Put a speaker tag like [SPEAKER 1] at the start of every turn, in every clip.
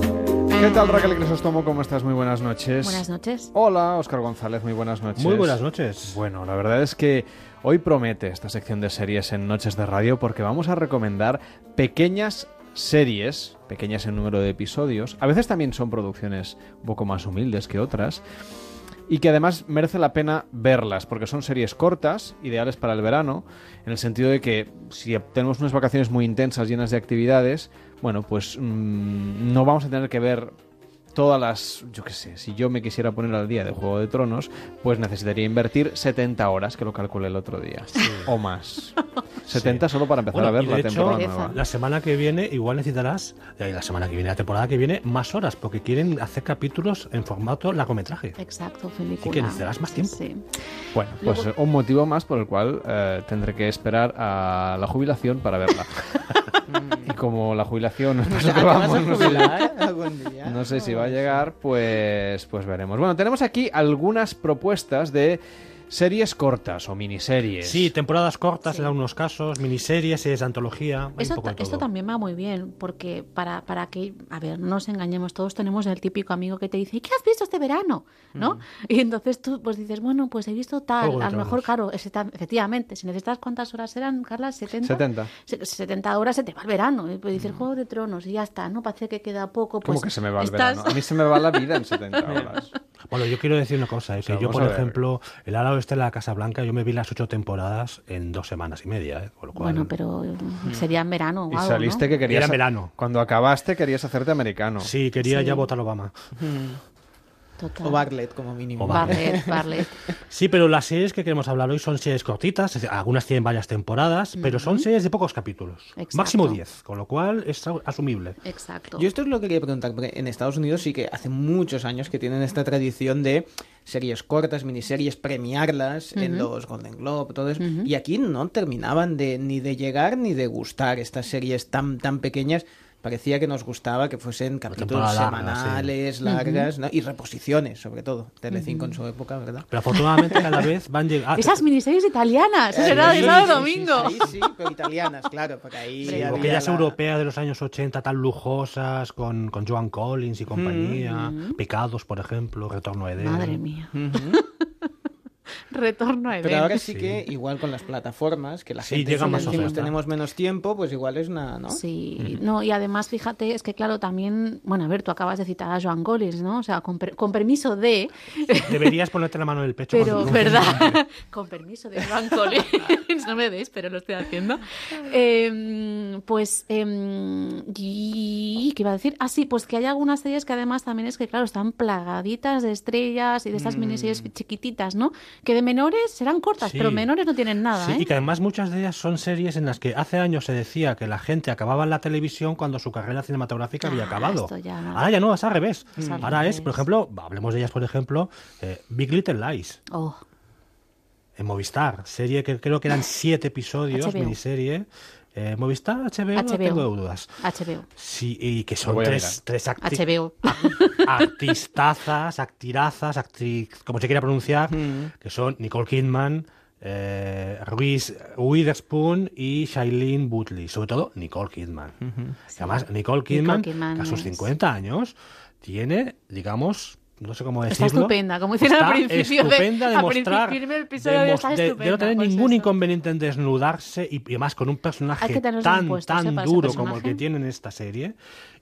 [SPEAKER 1] ¿Qué tal Raquel Cresostomo? ¿Cómo estás? Muy buenas noches.
[SPEAKER 2] Buenas noches.
[SPEAKER 1] Hola, Óscar González, muy buenas noches.
[SPEAKER 3] Muy buenas noches.
[SPEAKER 1] Bueno, la verdad es que hoy promete esta sección de series en Noches de Radio porque vamos a recomendar pequeñas series, pequeñas en número de episodios. A veces también son producciones un poco más humildes que otras. Y que además merece la pena verlas, porque son series cortas, ideales para el verano, en el sentido de que si tenemos unas vacaciones muy intensas, llenas de actividades, bueno, pues mm, no vamos a tener que ver todas las, yo qué sé, si yo me quisiera poner al día de Juego de Tronos, pues necesitaría invertir 70 horas, que lo calculé el otro día, o más. 70 solo para empezar
[SPEAKER 3] Bueno,
[SPEAKER 1] a ver
[SPEAKER 3] y de
[SPEAKER 1] la
[SPEAKER 3] hecho,
[SPEAKER 1] temporada
[SPEAKER 2] Pereza.
[SPEAKER 1] nueva.
[SPEAKER 3] La semana que viene igual necesitarás, eh, la semana que viene, la temporada que viene, más horas, porque quieren hacer capítulos en formato largometraje.
[SPEAKER 2] Exacto, película.
[SPEAKER 3] Sí que necesitarás más
[SPEAKER 2] Sí,
[SPEAKER 3] tiempo.
[SPEAKER 2] sí.
[SPEAKER 1] Bueno, pues
[SPEAKER 2] Luego-
[SPEAKER 1] eh, un motivo más por el cual eh, tendré que esperar a la jubilación para verla. y como la jubilación no es lo que
[SPEAKER 4] ¿Te
[SPEAKER 1] vamos,
[SPEAKER 4] vas a
[SPEAKER 1] no sé-
[SPEAKER 4] jubilar algún día?
[SPEAKER 1] No sé si va a llegar, pues, pues veremos. Bueno, tenemos aquí algunas propuestas de series cortas o miniseries.
[SPEAKER 3] Sí, temporadas cortas
[SPEAKER 2] Sí.
[SPEAKER 3] en algunos casos, miniseries, series de antología. hay un
[SPEAKER 2] Eso
[SPEAKER 3] poco de
[SPEAKER 2] ta- esto
[SPEAKER 3] todo.
[SPEAKER 2] también va muy bien, porque para, para que, a ver, no nos engañemos, todos tenemos el típico amigo que te dice, ¿qué has visto este verano? ¿No?
[SPEAKER 1] Mm.
[SPEAKER 2] Y entonces tú pues dices, bueno, pues he visto tal,
[SPEAKER 3] Juego de
[SPEAKER 2] a lo mejor,
[SPEAKER 3] Tronos.
[SPEAKER 2] claro, ese tan- efectivamente, si necesitas cuántas horas eran, Carla, 70.
[SPEAKER 1] 70.
[SPEAKER 2] Se- 70 horas se te va el verano, y pues dices, Juego de Tronos, y ya está, ¿no? Parece que queda poco, pues
[SPEAKER 1] Mm. ¿Cómo que se me va el
[SPEAKER 2] estás-
[SPEAKER 1] verano? A mí se me va la vida en 70 horas.
[SPEAKER 3] Bueno, yo quiero decir una cosa, eh, que
[SPEAKER 1] sea,
[SPEAKER 3] yo,
[SPEAKER 1] vamos
[SPEAKER 3] por
[SPEAKER 1] a ver.
[SPEAKER 3] ejemplo, el ala oeste de la Casa Blanca, yo me vi las ocho temporadas en dos semanas y media, eh, con lo cual...
[SPEAKER 2] Bueno, pero eh, sería en verano o
[SPEAKER 1] Mm. Y
[SPEAKER 2] algo,
[SPEAKER 1] saliste
[SPEAKER 2] ¿no?
[SPEAKER 1] que querías...
[SPEAKER 3] Era en verano.
[SPEAKER 1] Cuando acabaste querías hacerte americano.
[SPEAKER 3] Sí, quería ya votar a Obama.
[SPEAKER 2] Total.
[SPEAKER 4] O Bartlett, como mínimo.
[SPEAKER 3] O
[SPEAKER 2] Barlet,
[SPEAKER 3] Bartlett.
[SPEAKER 2] Barlet.
[SPEAKER 3] Sí, pero las series que queremos hablar hoy son series cortitas, es decir, algunas tienen varias temporadas, pero son series de pocos capítulos,
[SPEAKER 2] Exacto.
[SPEAKER 3] máximo 10, con lo cual es au- asumible.
[SPEAKER 2] Exacto.
[SPEAKER 4] Yo esto es lo que quería preguntar, porque en Estados Unidos sí que hace muchos años que tienen esta tradición de series cortas, miniseries, premiarlas en los Golden Globe, todo eso. Y aquí no terminaban de ni de llegar ni de gustar estas series tan, tan pequeñas. Parecía que nos gustaba que fuesen capítulos
[SPEAKER 3] temporada larga,
[SPEAKER 4] semanales, largas, ¿no? Y reposiciones, sobre todo. Telecinco en su época, ¿verdad?
[SPEAKER 3] Pero afortunadamente cada vez van ah, eh, llegando...
[SPEAKER 2] Esas miniseries italianas, eso
[SPEAKER 4] Ah, Eh,
[SPEAKER 2] era de
[SPEAKER 4] sí,
[SPEAKER 2] sábado a
[SPEAKER 4] sí, sí,
[SPEAKER 2] domingo.
[SPEAKER 4] Sí, sí, pero italianas, claro, porque ahí...
[SPEAKER 2] Sí,
[SPEAKER 4] había
[SPEAKER 3] aquellas
[SPEAKER 4] la-
[SPEAKER 3] europeas de los años 80 tan lujosas, con, con Joan Collins y compañía, Picados, por ejemplo, Retorno a Edén.
[SPEAKER 2] Madre mía.
[SPEAKER 4] Ujú.
[SPEAKER 2] Retorno a Edén.
[SPEAKER 4] Pero ahora sí que, igual con las plataformas, que la
[SPEAKER 3] Sí,
[SPEAKER 4] gente
[SPEAKER 3] llega
[SPEAKER 4] suele
[SPEAKER 3] más
[SPEAKER 4] decir, "Pues
[SPEAKER 3] oferta.
[SPEAKER 4] tenemos menos tiempo, pues igual es una, ¿no?
[SPEAKER 2] Sí, no, y además fíjate, es que claro, también, bueno, a ver, tú acabas de citar a Joan Goles, ¿no? O sea, con, per- con permiso de,
[SPEAKER 3] Deberías ponerte la mano en el pecho.
[SPEAKER 2] pero,
[SPEAKER 3] cuando-
[SPEAKER 2] ¿verdad? con permiso de Joan Goles, no me deis, pero lo estoy haciendo. Eh, pues, eh, y, ¿qué iba a decir? Ah, sí, pues que hay algunas series que además también es que, claro, están plagaditas de estrellas y de estas miniseries chiquititas, ¿no? Que de menores serán cortas,
[SPEAKER 3] Mm. Sí.
[SPEAKER 2] pero menores no tienen nada,
[SPEAKER 3] Sí,
[SPEAKER 2] ¿eh?
[SPEAKER 3] y que además muchas de ellas son series en las que hace años se decía que la gente acababa en la televisión cuando su carrera cinematográfica había
[SPEAKER 2] Ah,
[SPEAKER 3] acabado.
[SPEAKER 2] esto ya-
[SPEAKER 3] Ahora ya no, es al revés.
[SPEAKER 2] Es al
[SPEAKER 3] Ahora es,
[SPEAKER 2] revés.
[SPEAKER 3] por ejemplo, hablemos de ellas, por ejemplo, eh, Big Little Lies
[SPEAKER 2] Oh,
[SPEAKER 3] en Movistar, serie que creo que eran siete episodios,
[SPEAKER 2] HBO.
[SPEAKER 3] miniserie. Eh, Movistar, HBO, no
[SPEAKER 2] HBO.
[SPEAKER 3] tengo dudas.
[SPEAKER 2] HBO.
[SPEAKER 3] Sí, y que son
[SPEAKER 1] voy a
[SPEAKER 3] tres, tres acti-
[SPEAKER 2] HBO.
[SPEAKER 3] artistazas, actirazas, actriz, como se quiera pronunciar, que son Nicole Kidman, eh, Reese Witherspoon y Shailene Woodley. Sobre todo Nicole Kidman. Que Además, Nicole Kidman,
[SPEAKER 2] Kidman
[SPEAKER 3] que a sus
[SPEAKER 2] es-
[SPEAKER 3] 50 años, tiene, digamos, no sé cómo
[SPEAKER 2] Está
[SPEAKER 3] decirlo.
[SPEAKER 2] estupenda, como dicieron al
[SPEAKER 3] está
[SPEAKER 2] principio de-
[SPEAKER 3] estupenda de
[SPEAKER 2] al
[SPEAKER 3] mostrar,
[SPEAKER 2] principio del episodio, está
[SPEAKER 3] mos- de- de no
[SPEAKER 2] estupenda,
[SPEAKER 3] tener
[SPEAKER 2] pues
[SPEAKER 3] ningún
[SPEAKER 2] eso.
[SPEAKER 3] inconveniente en desnudarse y, y además con un
[SPEAKER 2] Hay
[SPEAKER 3] personaje
[SPEAKER 2] que tenerlos
[SPEAKER 3] tan,
[SPEAKER 2] bien puestos, ¿eh?
[SPEAKER 3] tan
[SPEAKER 2] para ese
[SPEAKER 3] duro como el
[SPEAKER 2] personaje.
[SPEAKER 3] que tiene en esta serie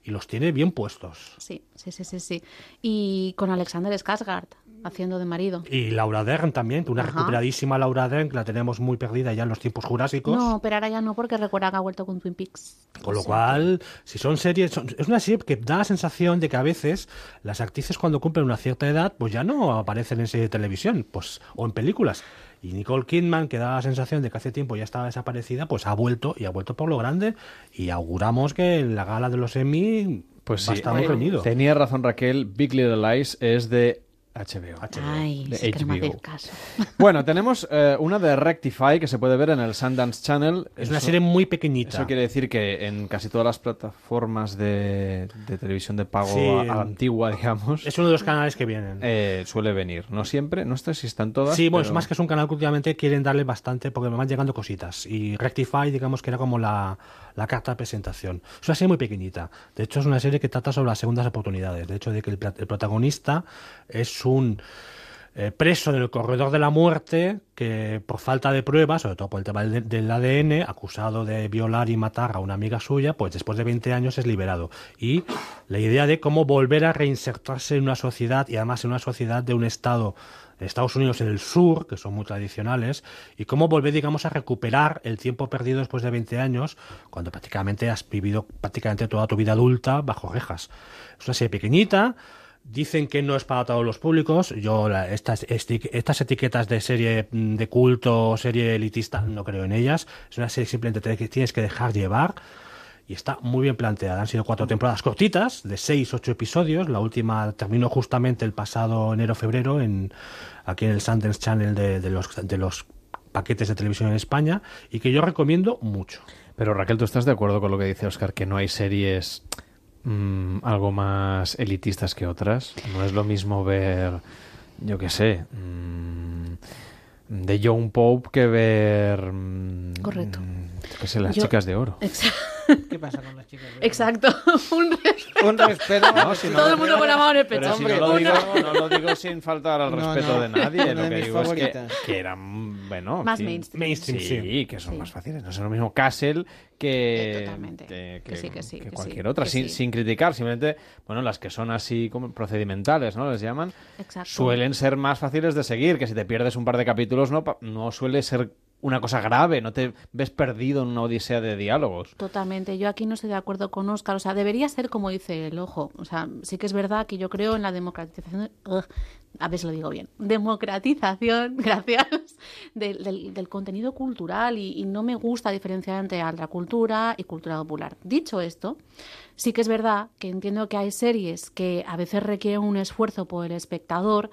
[SPEAKER 3] y los tiene bien puestos.
[SPEAKER 2] Sí, sí, sí, sí, sí. Y con Alexander Skarsgård haciendo de marido.
[SPEAKER 3] Y Laura Dern también, que una
[SPEAKER 2] Ajá.
[SPEAKER 3] recuperadísima Laura Dern, que la tenemos muy perdida ya en los tiempos jurásicos.
[SPEAKER 2] No, pero ahora ya no, porque recuerda que ha vuelto con Twin Peaks.
[SPEAKER 3] Con lo cual, si son series, son- es una serie que da la sensación de que a veces las actrices cuando cumplen una cierta edad, pues ya no aparecen en serie de televisión, pues, o en películas. Y Nicole Kidman, que da la sensación de que hace tiempo ya estaba desaparecida, pues ha vuelto y ha vuelto por lo grande. Y auguramos que en la gala de los Emmy
[SPEAKER 1] Pues
[SPEAKER 3] va
[SPEAKER 1] sí,
[SPEAKER 3] a estar muy
[SPEAKER 1] eh,
[SPEAKER 3] reñido.
[SPEAKER 1] tenía razón Raquel, Big Little Lies es de HBO.
[SPEAKER 2] Ay,
[SPEAKER 1] de
[SPEAKER 2] sí que no me
[SPEAKER 1] HBO.
[SPEAKER 2] hacéis caso.
[SPEAKER 1] Bueno, tenemos eh, una de Rectify que se puede ver en el Sundance Channel.
[SPEAKER 3] Es una
[SPEAKER 1] Eso-
[SPEAKER 3] serie muy pequeñita.
[SPEAKER 1] Eso quiere decir que en casi todas las plataformas de, de televisión de pago
[SPEAKER 3] Sí,
[SPEAKER 1] a-
[SPEAKER 3] en-
[SPEAKER 1] a la antigua, digamos,
[SPEAKER 3] Es uno de los canales que vienen.
[SPEAKER 1] eh, suele venir. No siempre, no sé si están todas.
[SPEAKER 3] Sí, bueno,
[SPEAKER 1] pero-
[SPEAKER 3] es más que es un canal que últimamente quieren darle bastante porque me van llegando cositas. Y Rectify, digamos que era como la, la carta de presentación. Es una serie muy pequeñita. De hecho, es una serie que trata sobre las segundas oportunidades. De hecho, de que el, plat- el protagonista es un eh, preso del corredor de la muerte que por falta de pruebas, sobre todo por el tema del, del ADN, acusado de violar y matar a una amiga suya, pues después de 20 años es liberado. Y la idea de cómo volver a reinsertarse en una sociedad y además en una sociedad de un estado de Estados Unidos en el sur, que son muy tradicionales, y cómo volver, digamos, a recuperar el tiempo perdido después de 20 años, cuando prácticamente has vivido prácticamente toda tu vida adulta bajo rejas. Es una serie pequeñita, Dicen que no es para todos los públicos. Yo la- estas, esti- estas etiquetas de serie mm, de culto o serie elitista no creo en ellas. Es una serie que simplemente te- que tienes que dejar llevar y está muy bien planteada. Han sido cuatro temporadas cortitas de seis, ocho episodios. La última terminó justamente el pasado enero-febrero en aquí en el Sundance Channel de, de los de los paquetes de televisión en España y que yo recomiendo mucho.
[SPEAKER 1] Pero Raquel, ¿tú estás de acuerdo con lo que dice Oscar? Que no hay series mm, algo más elitistas que otras. No es lo mismo ver, yo qué sé, mm, de John Pope que ver. mm,
[SPEAKER 2] Correcto.
[SPEAKER 1] yo qué sé, las
[SPEAKER 2] Yo-
[SPEAKER 1] chicas de oro.
[SPEAKER 2] Exa-
[SPEAKER 4] ¿Qué pasa con las chicas? de-
[SPEAKER 2] Exacto. Un respeto.
[SPEAKER 4] Un respeto.
[SPEAKER 2] Todo el mundo con la mano en el pecho.
[SPEAKER 1] Pero si
[SPEAKER 4] hombre,
[SPEAKER 1] no, lo
[SPEAKER 4] una-
[SPEAKER 1] digo, no lo digo sin faltar al
[SPEAKER 4] No,
[SPEAKER 1] respeto
[SPEAKER 4] no,
[SPEAKER 1] de nadie.
[SPEAKER 4] una
[SPEAKER 1] Lo
[SPEAKER 4] de
[SPEAKER 1] que
[SPEAKER 4] mis
[SPEAKER 1] digo es que,
[SPEAKER 4] favoritas.
[SPEAKER 1] que eran, bueno, en
[SPEAKER 2] Más
[SPEAKER 1] fin,
[SPEAKER 2] mainstream.
[SPEAKER 3] Mainstream,
[SPEAKER 1] Sí,
[SPEAKER 3] sí.
[SPEAKER 1] que son
[SPEAKER 2] Sí.
[SPEAKER 1] más fáciles. No es lo mismo Castle que,
[SPEAKER 2] Eh, totalmente.
[SPEAKER 1] que,
[SPEAKER 2] Que sí, que sí, que sí,
[SPEAKER 1] cualquier otra,
[SPEAKER 2] que
[SPEAKER 1] sin,
[SPEAKER 2] sí.
[SPEAKER 1] sin criticar. Simplemente, bueno, las que son así como procedimentales, ¿no? Les llaman,
[SPEAKER 2] Exacto.
[SPEAKER 1] suelen ser más fáciles de seguir. Que si te pierdes un par de capítulos, no, pa- no suele ser una cosa grave. No te ves perdido en una odisea de diálogos.
[SPEAKER 2] Totalmente, yo aquí no estoy de acuerdo con Óscar, o sea, debería ser como dice el ojo, o sea, sí que es verdad que yo creo en la democratización, Ugh, a ver si lo digo bien, democratización, gracias, del, del- del contenido cultural y, y no me gusta diferenciar entre alta cultura y cultura popular. Dicho esto, sí que es verdad que entiendo que hay series que a veces requieren un esfuerzo por el espectador,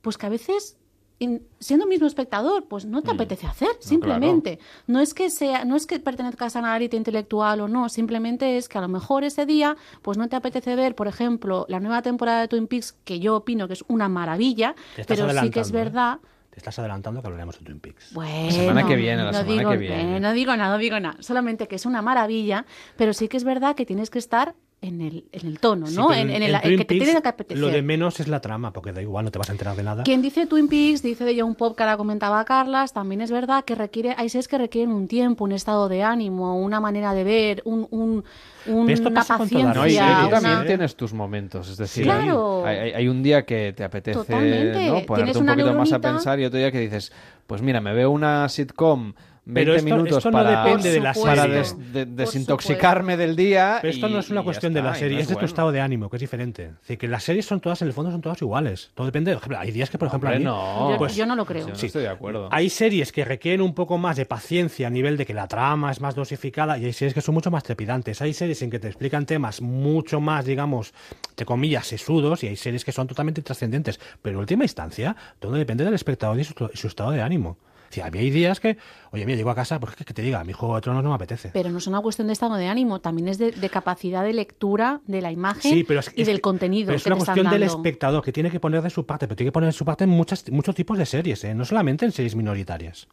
[SPEAKER 2] pues que a veces en- siendo mismo espectador, pues no te apetece hacer, simplemente. No es que sea, no es que pertenezcas a una élite intelectual o no, simplemente es que a lo mejor ese día, pues no te apetece ver, por ejemplo, la nueva temporada de Twin Peaks, que yo opino que es una maravilla,
[SPEAKER 3] Te estás
[SPEAKER 2] pero sí que es
[SPEAKER 3] adelantando, ¿eh?
[SPEAKER 2] verdad.
[SPEAKER 3] Te estás adelantando que hablaremos de Twin Peaks.
[SPEAKER 2] Bueno,
[SPEAKER 1] semana que viene, la
[SPEAKER 2] no
[SPEAKER 1] semana
[SPEAKER 2] digo,
[SPEAKER 1] que viene.
[SPEAKER 2] eh, no digo nada, no digo nada. Solamente que es una maravilla, pero sí que es verdad que tienes que estar en el, en el tono,
[SPEAKER 3] Sí,
[SPEAKER 2] ¿no?
[SPEAKER 3] pero
[SPEAKER 2] En, en el, el
[SPEAKER 3] Twin
[SPEAKER 2] que te
[SPEAKER 3] Peaks,
[SPEAKER 2] tiene que apetecer.
[SPEAKER 3] Lo de menos es la trama, porque da igual, no te vas a enterar de nada.
[SPEAKER 2] Quien dice Twin Peaks, dice de John Pop, que ahora comentaba Carlas, también es verdad que requiere, hay series que requieren un tiempo, un estado de ánimo, una manera de ver, un, un, un-
[SPEAKER 3] esto
[SPEAKER 2] una
[SPEAKER 3] pasa con todas
[SPEAKER 2] paciencia.
[SPEAKER 3] las
[SPEAKER 1] No, y, y
[SPEAKER 3] series,
[SPEAKER 1] tú también
[SPEAKER 2] una-
[SPEAKER 3] ¿eh?
[SPEAKER 1] tienes tus momentos, es decir,
[SPEAKER 3] Sí.
[SPEAKER 1] hay-
[SPEAKER 2] Claro.
[SPEAKER 1] hay, hay un día que te apetece
[SPEAKER 2] Totalmente.
[SPEAKER 1] ¿no?
[SPEAKER 2] Tienes
[SPEAKER 1] ponerte un
[SPEAKER 2] una
[SPEAKER 1] poquito más a
[SPEAKER 2] neuronita.
[SPEAKER 1] pensar y otro día que dices, pues mira, me veo una sitcom 20
[SPEAKER 3] Pero esto-
[SPEAKER 1] minutos
[SPEAKER 3] esto no
[SPEAKER 1] para,
[SPEAKER 3] depende
[SPEAKER 2] de la
[SPEAKER 1] para
[SPEAKER 2] serie.
[SPEAKER 1] des- de-
[SPEAKER 2] Por
[SPEAKER 1] desintoxicarme del día.
[SPEAKER 3] Pero esto
[SPEAKER 1] y-
[SPEAKER 3] no es
[SPEAKER 1] y
[SPEAKER 3] una
[SPEAKER 1] ya
[SPEAKER 3] cuestión de
[SPEAKER 1] está,
[SPEAKER 3] la
[SPEAKER 1] y
[SPEAKER 3] serie,
[SPEAKER 1] no
[SPEAKER 3] es de tu
[SPEAKER 1] bueno.
[SPEAKER 3] estado de ánimo, que es diferente. Es decir, que las series son todas, en el fondo, son todas iguales. Todo depende. Por ejemplo, hay días que, por ejemplo,
[SPEAKER 1] Hombre,
[SPEAKER 3] a mí-
[SPEAKER 1] no.
[SPEAKER 2] Yo,
[SPEAKER 3] Pues-
[SPEAKER 2] yo no lo creo.
[SPEAKER 1] Yo no
[SPEAKER 3] Sí.
[SPEAKER 1] estoy de acuerdo.
[SPEAKER 3] hay series que requieren un poco más de paciencia a nivel de que la trama es más dosificada y hay series que son mucho más trepidantes. Hay series en que te explican temas mucho más, digamos, entre comillas, sesudos y hay series que son totalmente trascendentes. Pero en última instancia, todo depende del espectador y su, y su estado de ánimo. Si había días que, oye, mira, llego a casa, porque que te diga, mi juego de tronos no me apetece.
[SPEAKER 2] Pero no es una cuestión de estado de ánimo, también es de, de capacidad de lectura de la imagen
[SPEAKER 3] Sí, pero es,
[SPEAKER 2] y
[SPEAKER 3] es
[SPEAKER 2] del
[SPEAKER 3] que-
[SPEAKER 2] contenido.
[SPEAKER 3] pero es
[SPEAKER 2] que
[SPEAKER 3] una
[SPEAKER 2] te están
[SPEAKER 3] cuestión del
[SPEAKER 2] dando.
[SPEAKER 3] espectador que tiene que poner de su parte, pero tiene que poner de su parte en muchas, muchos tipos de series, ¿eh? no solamente en series minoritarias.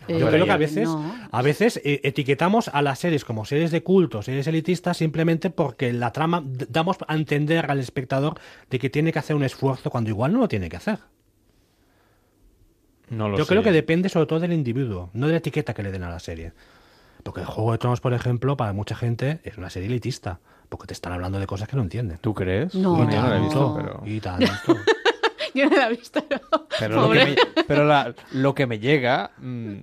[SPEAKER 3] Yo
[SPEAKER 1] Pero
[SPEAKER 3] creo que a
[SPEAKER 1] yo-
[SPEAKER 3] veces,
[SPEAKER 2] Eh, no.
[SPEAKER 3] a veces eh, etiquetamos a las series como series de culto, series elitistas, simplemente porque la trama d- damos a entender al espectador de que tiene que hacer un esfuerzo cuando igual no lo tiene que hacer.
[SPEAKER 1] No lo
[SPEAKER 3] Yo creo
[SPEAKER 1] sé.
[SPEAKER 3] que depende sobre todo del individuo, no de la etiqueta que le den a la serie. Porque el Juego de Tronos, por ejemplo, para mucha gente es una serie elitista, porque te están hablando de cosas que no entienden.
[SPEAKER 1] ¿Tú crees?
[SPEAKER 2] No.
[SPEAKER 1] Bueno, yo no lo he
[SPEAKER 2] No.
[SPEAKER 1] visto, pero...
[SPEAKER 3] Y tanto.
[SPEAKER 2] Yo no la he visto.
[SPEAKER 1] Pero, lo
[SPEAKER 2] Pobre.
[SPEAKER 1] que, me, pero la- lo que me llega mm,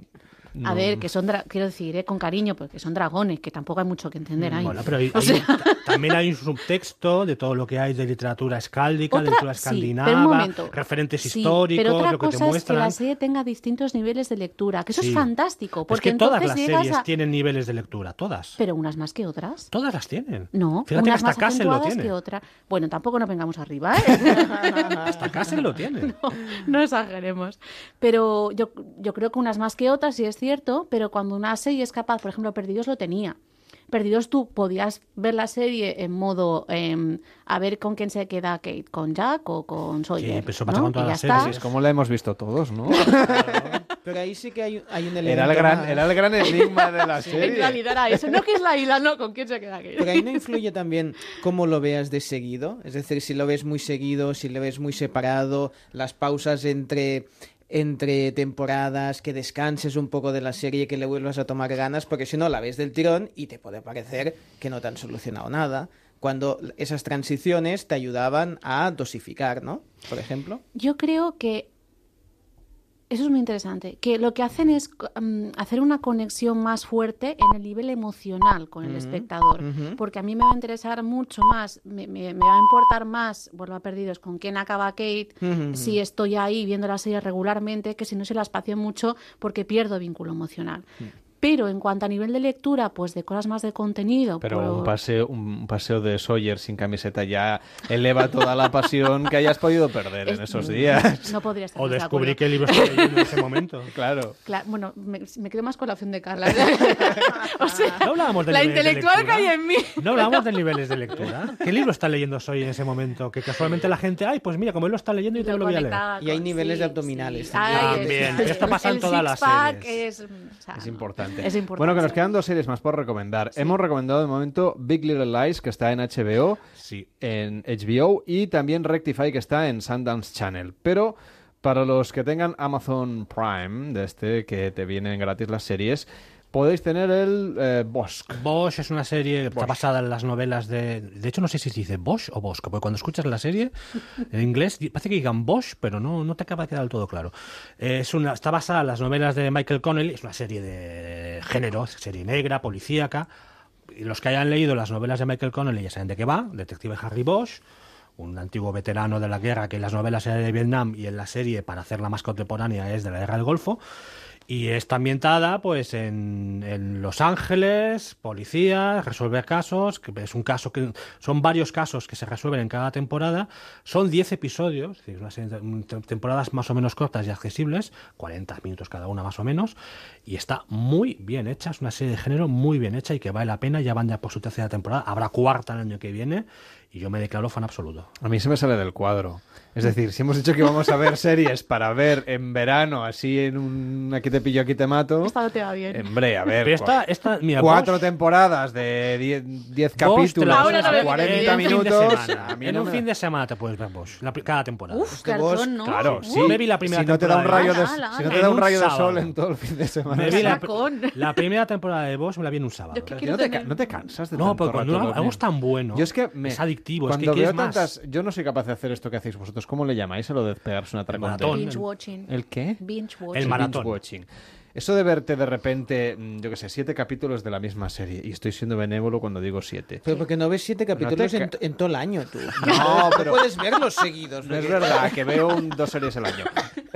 [SPEAKER 2] A ver, que son, dra- quiero decir, eh, con cariño, porque son dragones, que tampoco hay mucho que entender ahí.
[SPEAKER 3] Bueno, pero hay-
[SPEAKER 2] O
[SPEAKER 3] hay-
[SPEAKER 2] sea-
[SPEAKER 3] ta- también hay un subtexto de todo lo que hay de literatura escáldica, de
[SPEAKER 2] Otra-
[SPEAKER 3] literatura
[SPEAKER 2] sí, pero un
[SPEAKER 3] escandinava,
[SPEAKER 2] momento.
[SPEAKER 3] referentes
[SPEAKER 2] Sí,
[SPEAKER 3] históricos,
[SPEAKER 2] pero otra
[SPEAKER 3] lo que te
[SPEAKER 2] cosa es que
[SPEAKER 3] muestran.
[SPEAKER 2] la serie tenga distintos niveles de lectura, que eso
[SPEAKER 3] Sí.
[SPEAKER 2] es fantástico,
[SPEAKER 3] es
[SPEAKER 2] porque
[SPEAKER 3] que todas
[SPEAKER 2] entonces
[SPEAKER 3] las
[SPEAKER 2] llegas
[SPEAKER 3] series
[SPEAKER 2] a...
[SPEAKER 3] tienen niveles de lectura, todas.
[SPEAKER 2] Pero unas más que otras.
[SPEAKER 3] Todas las tienen.
[SPEAKER 2] No,
[SPEAKER 3] Fíjate que
[SPEAKER 2] unas
[SPEAKER 3] hasta
[SPEAKER 2] más
[SPEAKER 3] Castle lo
[SPEAKER 2] acentuadas
[SPEAKER 3] tiene.
[SPEAKER 2] que otra. Bueno, tampoco nos vengamos arriba, ¿eh?
[SPEAKER 3] Hasta Castle lo tiene.
[SPEAKER 2] no, no exageremos. Pero yo, yo creo que unas más que otras, sí es cierto, pero cuando una serie es capaz, por ejemplo, Perdidos lo tenía. Perdidos tú podías ver la serie en modo em, a ver con quién se queda Kate, con Jack o con Sawyer.
[SPEAKER 3] pero eso pasa
[SPEAKER 2] ¿no?
[SPEAKER 3] con todas
[SPEAKER 2] Y ya
[SPEAKER 3] las
[SPEAKER 2] está.
[SPEAKER 3] series,
[SPEAKER 1] Es como la hemos visto todos, ¿no?
[SPEAKER 4] Pero ahí sí que hay, hay un elemento.
[SPEAKER 1] Era el gran,
[SPEAKER 4] más.
[SPEAKER 1] era el gran enigma de la
[SPEAKER 2] En
[SPEAKER 1] serie.
[SPEAKER 2] realidad era eso. No que es la isla, no, con quién se queda Kate.
[SPEAKER 4] Pero ahí no influye también cómo lo veas de seguido. Es decir, si lo ves muy seguido, si lo ves muy separado, las pausas entre entre temporadas, que descanses un poco de la serie, que le vuelvas a tomar ganas, porque si no la ves del tirón y te puede parecer que no te han solucionado nada, cuando esas transiciones te ayudaban a dosificar, ¿no? Por ejemplo.
[SPEAKER 2] Yo creo que eso es muy interesante, que lo que hacen es mm, hacer una conexión más fuerte en el nivel emocional con el
[SPEAKER 4] Ujú,
[SPEAKER 2] espectador,
[SPEAKER 4] ujú.
[SPEAKER 2] porque a mí me va a interesar mucho más, me, me- me va a importar más, vuelvo a perdidos, con quién acaba Kate,
[SPEAKER 4] Ujú.
[SPEAKER 2] si estoy ahí viendo la serie regularmente, que si no se la espacio mucho porque pierdo vínculo emocional.
[SPEAKER 1] Mm.
[SPEAKER 2] Pero en cuanto a nivel de lectura, pues de cosas más de contenido.
[SPEAKER 1] Pero un
[SPEAKER 2] por-
[SPEAKER 1] paseo, un paseo de Sawyer sin camiseta ya eleva toda la pasión que hayas podido perder en
[SPEAKER 2] es-
[SPEAKER 1] esos días.
[SPEAKER 2] No podría estar
[SPEAKER 3] O
[SPEAKER 2] más de
[SPEAKER 3] descubrí
[SPEAKER 2] acuerdo.
[SPEAKER 3] qué libro estaba leyendo en ese momento.
[SPEAKER 1] Claro.
[SPEAKER 2] Cla- bueno, me, me quedo más con la opción de Carla. o sea,
[SPEAKER 3] No hablábamos de
[SPEAKER 2] la
[SPEAKER 3] niveles de
[SPEAKER 2] intelectual que
[SPEAKER 3] lectura.
[SPEAKER 2] hay en mí.
[SPEAKER 3] No hablamos de niveles de lectura. ¿Qué libro está leyendo Soy en ese momento? Que casualmente la gente, ay, pues mira, como él lo está leyendo, yo también lo voy a leer.
[SPEAKER 2] Conectada
[SPEAKER 4] Y hay
[SPEAKER 2] con-
[SPEAKER 4] niveles de abdominales
[SPEAKER 3] también.
[SPEAKER 2] Ay,
[SPEAKER 3] También,
[SPEAKER 2] es-
[SPEAKER 3] pero esto pasa en
[SPEAKER 2] el
[SPEAKER 3] todas las
[SPEAKER 2] six-pack
[SPEAKER 3] series.
[SPEAKER 2] Es, o sea,
[SPEAKER 1] Es
[SPEAKER 2] no.
[SPEAKER 1] importante.
[SPEAKER 2] Ah, Es importante.
[SPEAKER 1] Bueno, que nos quedan dos series más por recomendar. Hemos recomendado de momento Big Little Lies, que está en HBO,
[SPEAKER 3] Sí.
[SPEAKER 1] en HBO, y también Rectify, que está en Sundance Channel. Pero para los que tengan Amazon Prime, de este que te vienen gratis las series, podéis tener el eh, Bosque.
[SPEAKER 3] Bosch es una serie que está basada en las novelas de... De hecho, no sé si se dice Bosch o Bosco, porque cuando escuchas la serie en inglés di- parece que digan Bosch, pero no, no te acaba de quedar del todo claro. Eh, Es una, está basada en las novelas de Michael Connelly, es una serie de género, serie negra, policíaca. Y Los que hayan leído las novelas de Michael Connelly ya saben de qué va, detective Harry Bosch, un antiguo veterano de la guerra que en las novelas era de Vietnam y en la serie, para hacerla más contemporánea, es de la guerra del Golfo. Y está ambientada pues en, en Los Ángeles, policías, resolver casos, que es un caso que son varios casos que se resuelven en cada temporada, son 10 episodios, es decir, una serie de- un- tem- temporadas más o menos cortas y accesibles, 40 minutos cada una más o menos, y está muy bien hecha, es una serie de género muy bien hecha y que vale la pena, ya van ya por su tercera temporada, habrá cuarta el año que viene, y yo me declaro fan absoluto.
[SPEAKER 1] A mí se me sale del cuadro. Es decir, si hemos dicho que vamos a ver series para ver en verano, así en un aquí te pillo, aquí te mato.
[SPEAKER 2] Esta no te va bien.
[SPEAKER 1] Hombre, a ver.
[SPEAKER 3] Pero eh, esta,
[SPEAKER 1] cua-
[SPEAKER 3] esta mira,
[SPEAKER 1] cuatro
[SPEAKER 3] Bosch-
[SPEAKER 1] temporadas de 10 10
[SPEAKER 3] Bosch te
[SPEAKER 1] capítulos,
[SPEAKER 3] la-
[SPEAKER 2] Ahora no me-
[SPEAKER 1] a
[SPEAKER 2] en
[SPEAKER 1] 40
[SPEAKER 2] un fin de
[SPEAKER 1] minutos.
[SPEAKER 3] semana.
[SPEAKER 1] a mí
[SPEAKER 3] en
[SPEAKER 1] no
[SPEAKER 3] un
[SPEAKER 1] me-
[SPEAKER 3] fin de semana te puedes ver Bosch, la pri- cada temporada.
[SPEAKER 2] Uf,
[SPEAKER 4] de
[SPEAKER 2] cartón,
[SPEAKER 4] vos,
[SPEAKER 2] ¿no?
[SPEAKER 1] Claro,
[SPEAKER 2] Uf,
[SPEAKER 1] sí.
[SPEAKER 3] Me vi la primera
[SPEAKER 1] si no te da un
[SPEAKER 3] temporada ¿eh?
[SPEAKER 1] rayo
[SPEAKER 2] de
[SPEAKER 1] de,
[SPEAKER 2] Bosch. Ala,
[SPEAKER 1] si no
[SPEAKER 2] ala.
[SPEAKER 1] te da
[SPEAKER 3] En
[SPEAKER 1] un
[SPEAKER 3] un
[SPEAKER 1] rayo de
[SPEAKER 3] sábado.
[SPEAKER 1] sol en todo el fin de semana.
[SPEAKER 3] Me vi la,
[SPEAKER 2] Sacón.
[SPEAKER 3] la primera temporada de Bosch, me la vi en un sábado.
[SPEAKER 2] Yo
[SPEAKER 1] Pero
[SPEAKER 2] que-
[SPEAKER 1] que no, te, ca- no te cansas de
[SPEAKER 3] No,
[SPEAKER 1] tanto
[SPEAKER 3] pero cuando
[SPEAKER 1] rato
[SPEAKER 3] algo- algo
[SPEAKER 1] dormir.
[SPEAKER 3] es tan bueno,
[SPEAKER 1] Yo es que me-
[SPEAKER 3] es adictivo, es
[SPEAKER 1] Cuando
[SPEAKER 3] que quieres
[SPEAKER 1] veo
[SPEAKER 3] más.
[SPEAKER 1] tantas, yo no soy capaz de hacer esto que hacéis vosotros. ¿Cómo le llamáis a lo de pegarse una atracón?
[SPEAKER 3] maratón.
[SPEAKER 2] Binge watching.
[SPEAKER 1] ¿El qué?
[SPEAKER 2] Binge
[SPEAKER 3] El
[SPEAKER 1] Sí,
[SPEAKER 2] watching.
[SPEAKER 3] ma- maratón.
[SPEAKER 1] binge watching. Eso de verte de repente, mm, yo qué sé, siete capítulos de la misma serie. Y estoy siendo benévolo cuando digo siete.
[SPEAKER 4] Pero porque no ves siete capítulos en,
[SPEAKER 1] ca-
[SPEAKER 4] en todo el año, tú.
[SPEAKER 1] No, pero-
[SPEAKER 4] puedes verlos seguidos.
[SPEAKER 1] No es
[SPEAKER 4] porque-
[SPEAKER 1] verdad que veo un- dos series al año.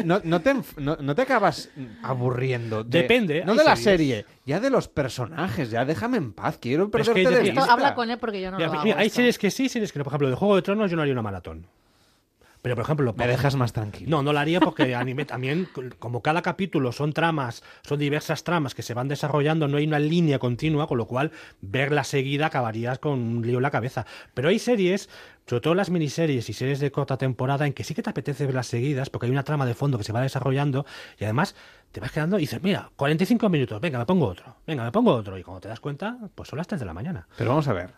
[SPEAKER 1] No, no te, enf- no, no te acabas aburriendo. de-
[SPEAKER 3] Depende,
[SPEAKER 1] No
[SPEAKER 3] hay
[SPEAKER 1] de la
[SPEAKER 3] series.
[SPEAKER 1] serie, ya de los personajes. Ya déjame en paz. Quiero
[SPEAKER 3] Pero es que
[SPEAKER 1] perderte
[SPEAKER 3] yo
[SPEAKER 1] de
[SPEAKER 3] te-
[SPEAKER 1] vista.
[SPEAKER 2] Esto habla con él porque yo no
[SPEAKER 3] Mira,
[SPEAKER 2] lo hago.
[SPEAKER 3] mira, hay
[SPEAKER 2] esto.
[SPEAKER 3] series que sí, series que no. Por ejemplo, de Juego de Tronos yo no haría una maratón. Pero, por ejemplo,
[SPEAKER 1] Me
[SPEAKER 3] por-
[SPEAKER 1] dejas más tranquilo.
[SPEAKER 3] No, no la haría porque anime también, como cada capítulo son tramas, son diversas tramas que se van desarrollando, no hay una línea continua, con lo cual verla seguida acabarías con un lío en la cabeza. Pero hay series, sobre todo las miniseries y series de corta temporada, en que sí que te apetece verlas seguidas porque hay una trama de fondo que se va desarrollando y además te vas quedando y dices, mira, 45 minutos, venga, me pongo otro, venga, me pongo otro. Y cuando te das cuenta, pues son las 3 de la mañana.
[SPEAKER 1] Pero vamos a ver.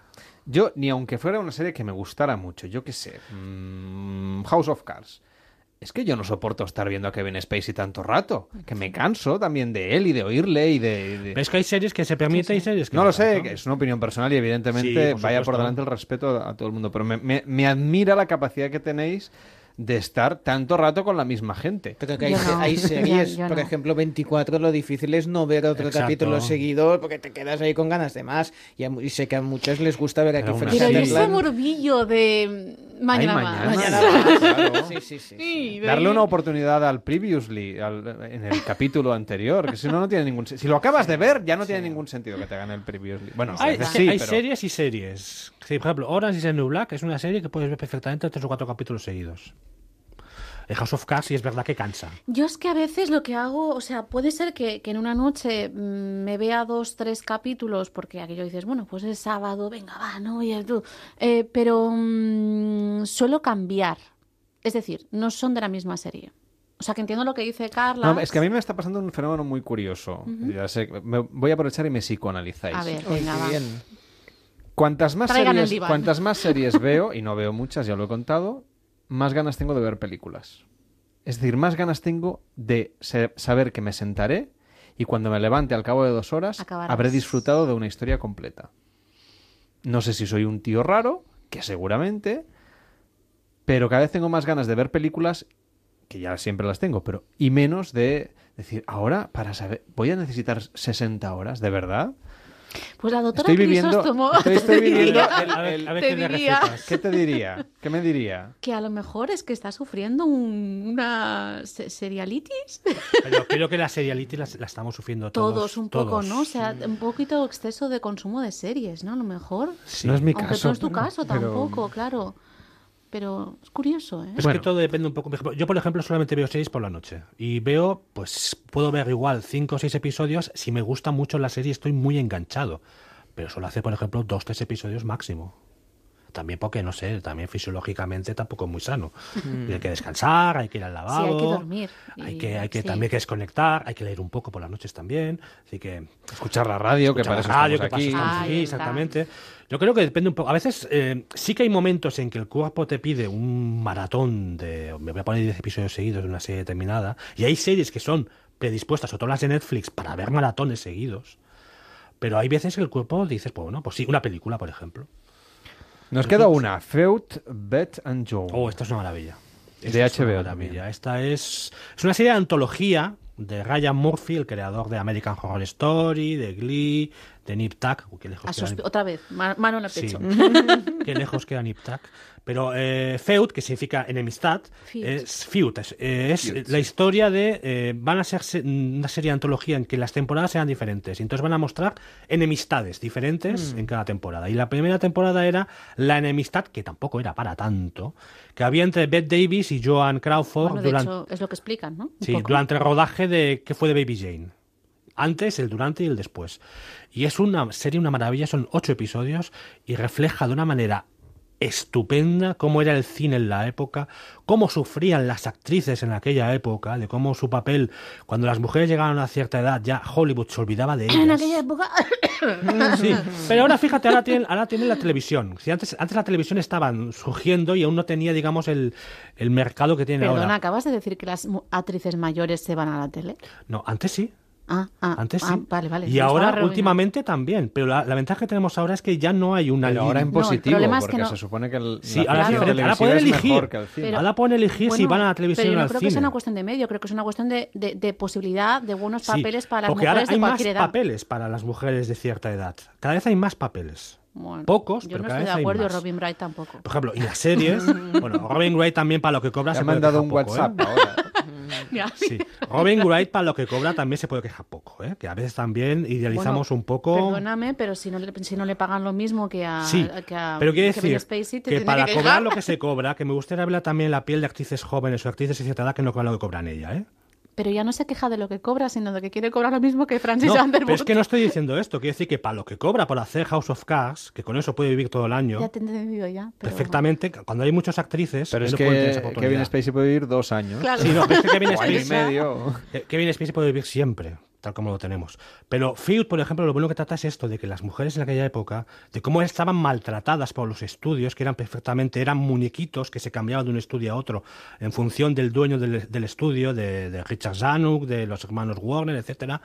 [SPEAKER 1] Yo, ni aunque fuera una serie que me gustara mucho, yo qué sé, mm, House of Cards. Es que yo no soporto estar viendo a Kevin Spacey tanto rato. Que me canso también de él y de oírle y de... y de-
[SPEAKER 3] Pero es que hay series que se permite y series que
[SPEAKER 1] No lo sé,
[SPEAKER 3] tanto.
[SPEAKER 1] que es una opinión personal y
[SPEAKER 3] Sí,
[SPEAKER 1] evidentemente
[SPEAKER 3] por
[SPEAKER 1] vaya
[SPEAKER 3] supuesto.
[SPEAKER 1] por delante el respeto a, a todo el mundo. Pero me, me- me admira la capacidad que tenéis de estar tanto rato con la misma gente.
[SPEAKER 4] Pero que hay,
[SPEAKER 2] Yo
[SPEAKER 4] se-
[SPEAKER 2] no.
[SPEAKER 4] hay series,
[SPEAKER 2] Ya, yo
[SPEAKER 4] por
[SPEAKER 2] no.
[SPEAKER 4] ejemplo, 24, lo difícil es no ver otro
[SPEAKER 3] Exacto.
[SPEAKER 4] capítulo seguido porque te quedas ahí con ganas de más. Y, a mu- y sé que a muchos les gusta ver
[SPEAKER 3] Pero
[SPEAKER 4] aquí
[SPEAKER 3] aún
[SPEAKER 4] Fernanda
[SPEAKER 2] Pero
[SPEAKER 3] así-
[SPEAKER 2] y
[SPEAKER 3] Sutherland.
[SPEAKER 2] ese
[SPEAKER 4] Plan.
[SPEAKER 2] morbillo de mm, mañana
[SPEAKER 1] Ay,
[SPEAKER 2] más.
[SPEAKER 1] mañana.
[SPEAKER 4] Mañana más, claro. Sí, sí, sí. sí.
[SPEAKER 2] Sí, de
[SPEAKER 1] Darle
[SPEAKER 2] ahí-
[SPEAKER 1] una oportunidad al previously, al- en el capítulo anterior, que si no, no tiene ningún sentido. Si lo acabas de ver, ya no tiene ningún sentido que te hagan el previously. Bueno, a
[SPEAKER 3] Hay,
[SPEAKER 1] veces
[SPEAKER 3] se-
[SPEAKER 1] sí,
[SPEAKER 3] hay
[SPEAKER 1] pero-
[SPEAKER 3] series y series. Sí, por ejemplo, Orange is the New Black es una serie que puedes ver perfectamente tres o cuatro capítulos seguidos. El House of Cards sí es verdad que cansa.
[SPEAKER 2] Yo es que a veces lo que hago, o sea, puede ser que, que en una noche mm, me vea dos, tres capítulos, porque aquello dices, bueno, pues es sábado, venga, va, no, y tú. Eh, pero mm, suelo cambiar. Es decir, no son de la misma serie. O sea, que entiendo lo que dice Carla.
[SPEAKER 1] No, es que a mí me está pasando un fenómeno muy curioso. Ya sé, me- voy a aprovechar y me psicoanalizáis.
[SPEAKER 2] A ver,
[SPEAKER 4] Uy,
[SPEAKER 2] venga,
[SPEAKER 4] qué
[SPEAKER 2] va.
[SPEAKER 4] bien.
[SPEAKER 1] Cuantas más,
[SPEAKER 2] Traigan el
[SPEAKER 1] series,
[SPEAKER 2] diván.
[SPEAKER 1] cuantas más series veo, y no veo muchas, ya lo he contado, más ganas tengo de ver películas. Es decir, más ganas tengo de se- saber que me sentaré y cuando me levante al cabo de dos horas
[SPEAKER 2] Acabarás.
[SPEAKER 1] habré disfrutado de una historia completa. No sé si soy un tío raro, que seguramente, pero cada vez tengo más ganas de ver películas, que ya siempre las tengo, pero y menos de decir, ahora para saber, voy a necesitar 60 horas, ¿de verdad?
[SPEAKER 2] Pues la doctora
[SPEAKER 1] Estoy viviendo,
[SPEAKER 2] Crisóstomo
[SPEAKER 1] estoy, estoy
[SPEAKER 2] te
[SPEAKER 1] viviendo
[SPEAKER 2] diría
[SPEAKER 1] el-
[SPEAKER 3] A ver-
[SPEAKER 1] el-
[SPEAKER 3] a ver
[SPEAKER 2] te
[SPEAKER 3] qué le
[SPEAKER 2] diría-
[SPEAKER 3] recetas.
[SPEAKER 1] ¿Qué te diría? ¿Qué me diría?
[SPEAKER 2] que a lo mejor es que está sufriendo un- una se- serialitis.
[SPEAKER 3] Pero creo que la seriality la, la estamos sufriendo todos.
[SPEAKER 2] Todos, un poco,
[SPEAKER 3] todos.
[SPEAKER 2] ¿no? O sea, un poquito exceso de consumo de series, ¿no? A lo mejor.
[SPEAKER 3] Sí.
[SPEAKER 1] No es mi
[SPEAKER 2] Aunque
[SPEAKER 1] caso.
[SPEAKER 2] no es tu
[SPEAKER 1] pero-
[SPEAKER 2] caso
[SPEAKER 1] pero-
[SPEAKER 2] tampoco, claro. Pero es curioso, ¿eh?
[SPEAKER 3] Es
[SPEAKER 1] Bueno.
[SPEAKER 3] que todo depende un poco. Por ejemplo, Yo, por ejemplo, solamente veo series por la noche. Y veo, pues puedo ver igual cinco o seis episodios. Si me gusta mucho la serie, estoy muy enganchado. Pero solo hace, por ejemplo, dos tres episodios máximo. También porque, no sé, también fisiológicamente tampoco es muy sano. Y Hay que descansar, hay que ir al lavado.
[SPEAKER 2] Mm. hay que dormir.
[SPEAKER 3] Hay
[SPEAKER 2] Y-
[SPEAKER 3] que, hay que
[SPEAKER 2] sí.
[SPEAKER 3] también que desconectar, hay que leer un poco por las noches también. Así que
[SPEAKER 1] Escuchar la radio, que para
[SPEAKER 3] escuchar
[SPEAKER 1] eso
[SPEAKER 3] la radio, Ah, que
[SPEAKER 1] estamos
[SPEAKER 3] para
[SPEAKER 1] aquí.
[SPEAKER 3] eso estamos
[SPEAKER 2] Ahí
[SPEAKER 3] aquí,
[SPEAKER 2] está.
[SPEAKER 3] exactamente. Yo creo que depende un poco. A veces eh, sí que hay momentos en que el cuerpo te pide un maratón de. Me voy a poner 10 episodios seguidos de una serie determinada. Y hay series que son predispuestas, sobre todo las de Netflix, para ver maratones seguidos. Pero hay veces que el cuerpo dices, pues bueno, pues sí, una película, por ejemplo.
[SPEAKER 1] Nos queda una, Feud, Bet and Joe.
[SPEAKER 3] Oh, esta es una maravilla. Esta
[SPEAKER 1] De
[SPEAKER 3] es una
[SPEAKER 1] HBO
[SPEAKER 3] maravilla.
[SPEAKER 1] también.
[SPEAKER 3] Esta es, es una serie de antología de Ryan Murphy, el creador de American Horror Story, de Glee, de Nip Tuck. Uy, qué lejos
[SPEAKER 2] A
[SPEAKER 3] queda
[SPEAKER 2] sospe-
[SPEAKER 3] Nip-
[SPEAKER 2] Otra vez, ma- mano en el
[SPEAKER 3] Sí.
[SPEAKER 2] pecho.
[SPEAKER 3] Qué lejos queda Niptak. Pero eh, feud, que significa enemistad,
[SPEAKER 2] Feud.
[SPEAKER 3] es feud. Es, eh, es la historia de. eh, van a ser se- una serie de antología en que las temporadas sean diferentes. Y entonces van a mostrar enemistades
[SPEAKER 2] Mm.
[SPEAKER 3] diferentes en cada temporada. Y la primera temporada era la enemistad, que tampoco era para tanto, que había entre Beth Davis y Joan Crawford
[SPEAKER 2] Bueno, de
[SPEAKER 3] durante.
[SPEAKER 2] hecho, es lo que explican, ¿no? Un
[SPEAKER 3] Sí,
[SPEAKER 2] poco.
[SPEAKER 3] durante el rodaje de que fue de Baby Jane. Antes, el durante y el después. Y es una serie, una maravilla, son ocho episodios y refleja de una manera estupenda cómo era el cine en la época, cómo sufrían las actrices en aquella época, de cómo su papel, cuando las mujeres llegaron a cierta edad, ya Hollywood se olvidaba de ellas.
[SPEAKER 2] En aquella época.
[SPEAKER 3] Sí, pero ahora fíjate, ahora tienen, ahora tienen la televisión. Si antes, antes la televisión estaba surgiendo y aún no tenía, digamos, el, el mercado que tiene
[SPEAKER 2] Perdona,
[SPEAKER 3] ahora.
[SPEAKER 2] acabas de decir que las mu- actrices mayores se van a la tele.
[SPEAKER 3] No, antes sí.
[SPEAKER 2] Ah, ah,
[SPEAKER 3] Antes
[SPEAKER 2] ah,
[SPEAKER 3] sí.
[SPEAKER 2] vale, vale.
[SPEAKER 3] Y
[SPEAKER 2] Me
[SPEAKER 3] ahora
[SPEAKER 2] estaba rebobinando.
[SPEAKER 3] últimamente también. Pero la, la ventaja que tenemos ahora es que ya no hay una
[SPEAKER 1] Pero
[SPEAKER 3] línea-
[SPEAKER 1] ahora en
[SPEAKER 2] No, el
[SPEAKER 1] positivo,
[SPEAKER 2] problema es que
[SPEAKER 1] porque
[SPEAKER 2] no.
[SPEAKER 1] se supone que el,
[SPEAKER 3] Sí,
[SPEAKER 1] la
[SPEAKER 3] ahora, es
[SPEAKER 1] ficción
[SPEAKER 2] claro.
[SPEAKER 3] diferente.
[SPEAKER 1] televisiva
[SPEAKER 3] ahora pueden
[SPEAKER 1] es
[SPEAKER 3] elegir.
[SPEAKER 1] mejor que el cine.
[SPEAKER 2] Pero-
[SPEAKER 3] ahora pueden elegir si
[SPEAKER 2] Bueno,
[SPEAKER 3] van a la televisión
[SPEAKER 2] pero yo
[SPEAKER 3] o
[SPEAKER 2] no
[SPEAKER 3] al
[SPEAKER 2] creo
[SPEAKER 3] cine.
[SPEAKER 2] que es una cuestión de medio, creo que es una cuestión de, de- de posibilidad de buenos
[SPEAKER 3] Sí,
[SPEAKER 2] papeles para las
[SPEAKER 3] porque ahora
[SPEAKER 2] mujeres
[SPEAKER 3] hay
[SPEAKER 2] de
[SPEAKER 3] más
[SPEAKER 2] cualquier edad.
[SPEAKER 3] papeles para las mujeres de cierta edad. Cada vez hay más papeles.
[SPEAKER 2] Bueno,
[SPEAKER 3] Pocos,
[SPEAKER 2] yo
[SPEAKER 3] pero
[SPEAKER 2] no
[SPEAKER 3] cada
[SPEAKER 2] estoy
[SPEAKER 3] vez
[SPEAKER 2] de
[SPEAKER 3] hay
[SPEAKER 2] acuerdo, y
[SPEAKER 3] más.
[SPEAKER 2] Robin Wright tampoco.
[SPEAKER 3] Por ejemplo, y las series. bueno, Robin Wright también para lo que cobra
[SPEAKER 1] Ya
[SPEAKER 3] se
[SPEAKER 1] me han
[SPEAKER 3] puede
[SPEAKER 1] dado un
[SPEAKER 3] quejar poco, ¿eh?
[SPEAKER 1] WhatsApp ahora.
[SPEAKER 3] Sí. Robin Wright para lo que cobra también se puede quejar poco, ¿eh? Que a veces también idealizamos
[SPEAKER 2] Bueno,
[SPEAKER 3] un poco.
[SPEAKER 2] Perdóname, pero si no, le, si no le pagan lo mismo que a,
[SPEAKER 3] Sí,
[SPEAKER 2] Ah, que a
[SPEAKER 3] pero quiere
[SPEAKER 2] que Kevin
[SPEAKER 3] decir
[SPEAKER 2] Spacey, te
[SPEAKER 3] que
[SPEAKER 2] tiene
[SPEAKER 3] para
[SPEAKER 2] que
[SPEAKER 3] cobrar
[SPEAKER 2] quejar.
[SPEAKER 3] lo que se cobra, que me gustaría hablar también la piel de actrices jóvenes o actrices de cierta edad que no cobran lo que cobran ella, ¿eh?
[SPEAKER 2] Pero ya no se queja de lo que cobra, sino de que quiere cobrar lo mismo que Francis
[SPEAKER 3] No,
[SPEAKER 2] Underwood.
[SPEAKER 3] pero es que no estoy diciendo esto, quiero decir que para lo que cobra por hacer House of Cards, que con eso puede vivir todo el año,
[SPEAKER 2] Ya te he entendido ya. pero-
[SPEAKER 3] perfectamente, cuando hay muchas actrices,
[SPEAKER 1] Pero es
[SPEAKER 3] no pueden tener esa
[SPEAKER 1] que
[SPEAKER 3] oportunidad.
[SPEAKER 1] Kevin Spacey puede vivir dos años.
[SPEAKER 2] Claro.
[SPEAKER 3] Sí, no, pero es que Kevin
[SPEAKER 1] O año y
[SPEAKER 3] Spacey-
[SPEAKER 1] medio.
[SPEAKER 3] Eh, Kevin Spacey puede vivir siempre, tal como lo tenemos. Pero Field, por ejemplo, lo bueno que trata es esto, de que las mujeres en aquella época, de cómo estaban maltratadas por los estudios, que eran perfectamente, eran muñequitos que se cambiaban de un estudio a otro, en función del dueño del, del estudio, de, de Richard Zanuck, de los hermanos Warner, etcétera.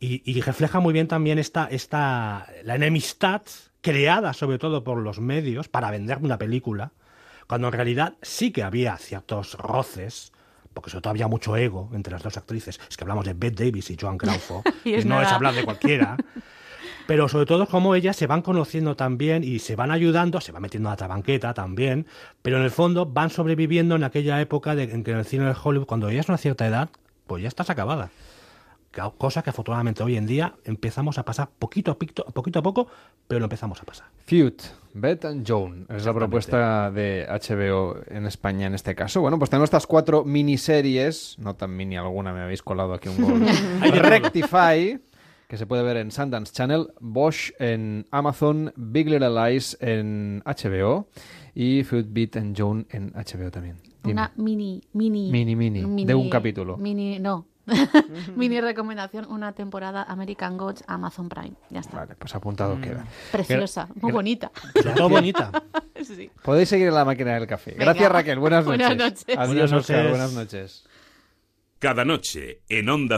[SPEAKER 3] Y, y refleja muy bien también esta, esta, la enemistad creada sobre todo por los medios para vender una película cuando en realidad sí que había ciertos roces porque sobre todo había mucho ego entre las dos actrices. Es que hablamos de Bette Davis y Joan Crawford,
[SPEAKER 2] Y
[SPEAKER 3] y,
[SPEAKER 2] es
[SPEAKER 3] no es
[SPEAKER 2] verdad.
[SPEAKER 3] hablar de cualquiera. Pero sobre todo cómo ellas se van conociendo también y se van ayudando, se van metiendo a la tabanqueta también, pero en el fondo van sobreviviendo en aquella época de- en que en el cine de Hollywood, cuando ya es una cierta edad, pues ya estás acabada. Ca- Cosa que afortunadamente hoy en día empezamos a pasar poquito a, picto- poquito a poco, pero lo empezamos a pasar.
[SPEAKER 1] Feud, Bet and Joan. Es la propuesta de HBO en España en este caso. Bueno, pues tenemos estas cuatro miniseries, no tan mini alguna, me habéis colado aquí un gol. Rectify, que se puede ver en Sundance Channel, Bosch en Amazon, Big Little Lies en HBO y Feud, Beat and Joan en HBO también. Dime.
[SPEAKER 2] Una mini, mini,
[SPEAKER 1] Mini, mini, de un capítulo.
[SPEAKER 2] Mini, no. mini recomendación, una temporada American Gods Amazon Prime. Ya está.
[SPEAKER 1] Vale, pues apuntado queda.
[SPEAKER 2] Preciosa, muy
[SPEAKER 1] gra-
[SPEAKER 2] bonita.
[SPEAKER 3] Sobre todo bonita.
[SPEAKER 2] sí.
[SPEAKER 1] Podéis seguir en la máquina del café.
[SPEAKER 2] Venga.
[SPEAKER 1] Gracias Raquel, buenas noches.
[SPEAKER 2] Buenas noches.
[SPEAKER 1] Adiós
[SPEAKER 3] Buenas
[SPEAKER 1] Oscar,
[SPEAKER 3] noches.
[SPEAKER 1] buenas noches.
[SPEAKER 5] Cada noche en Onda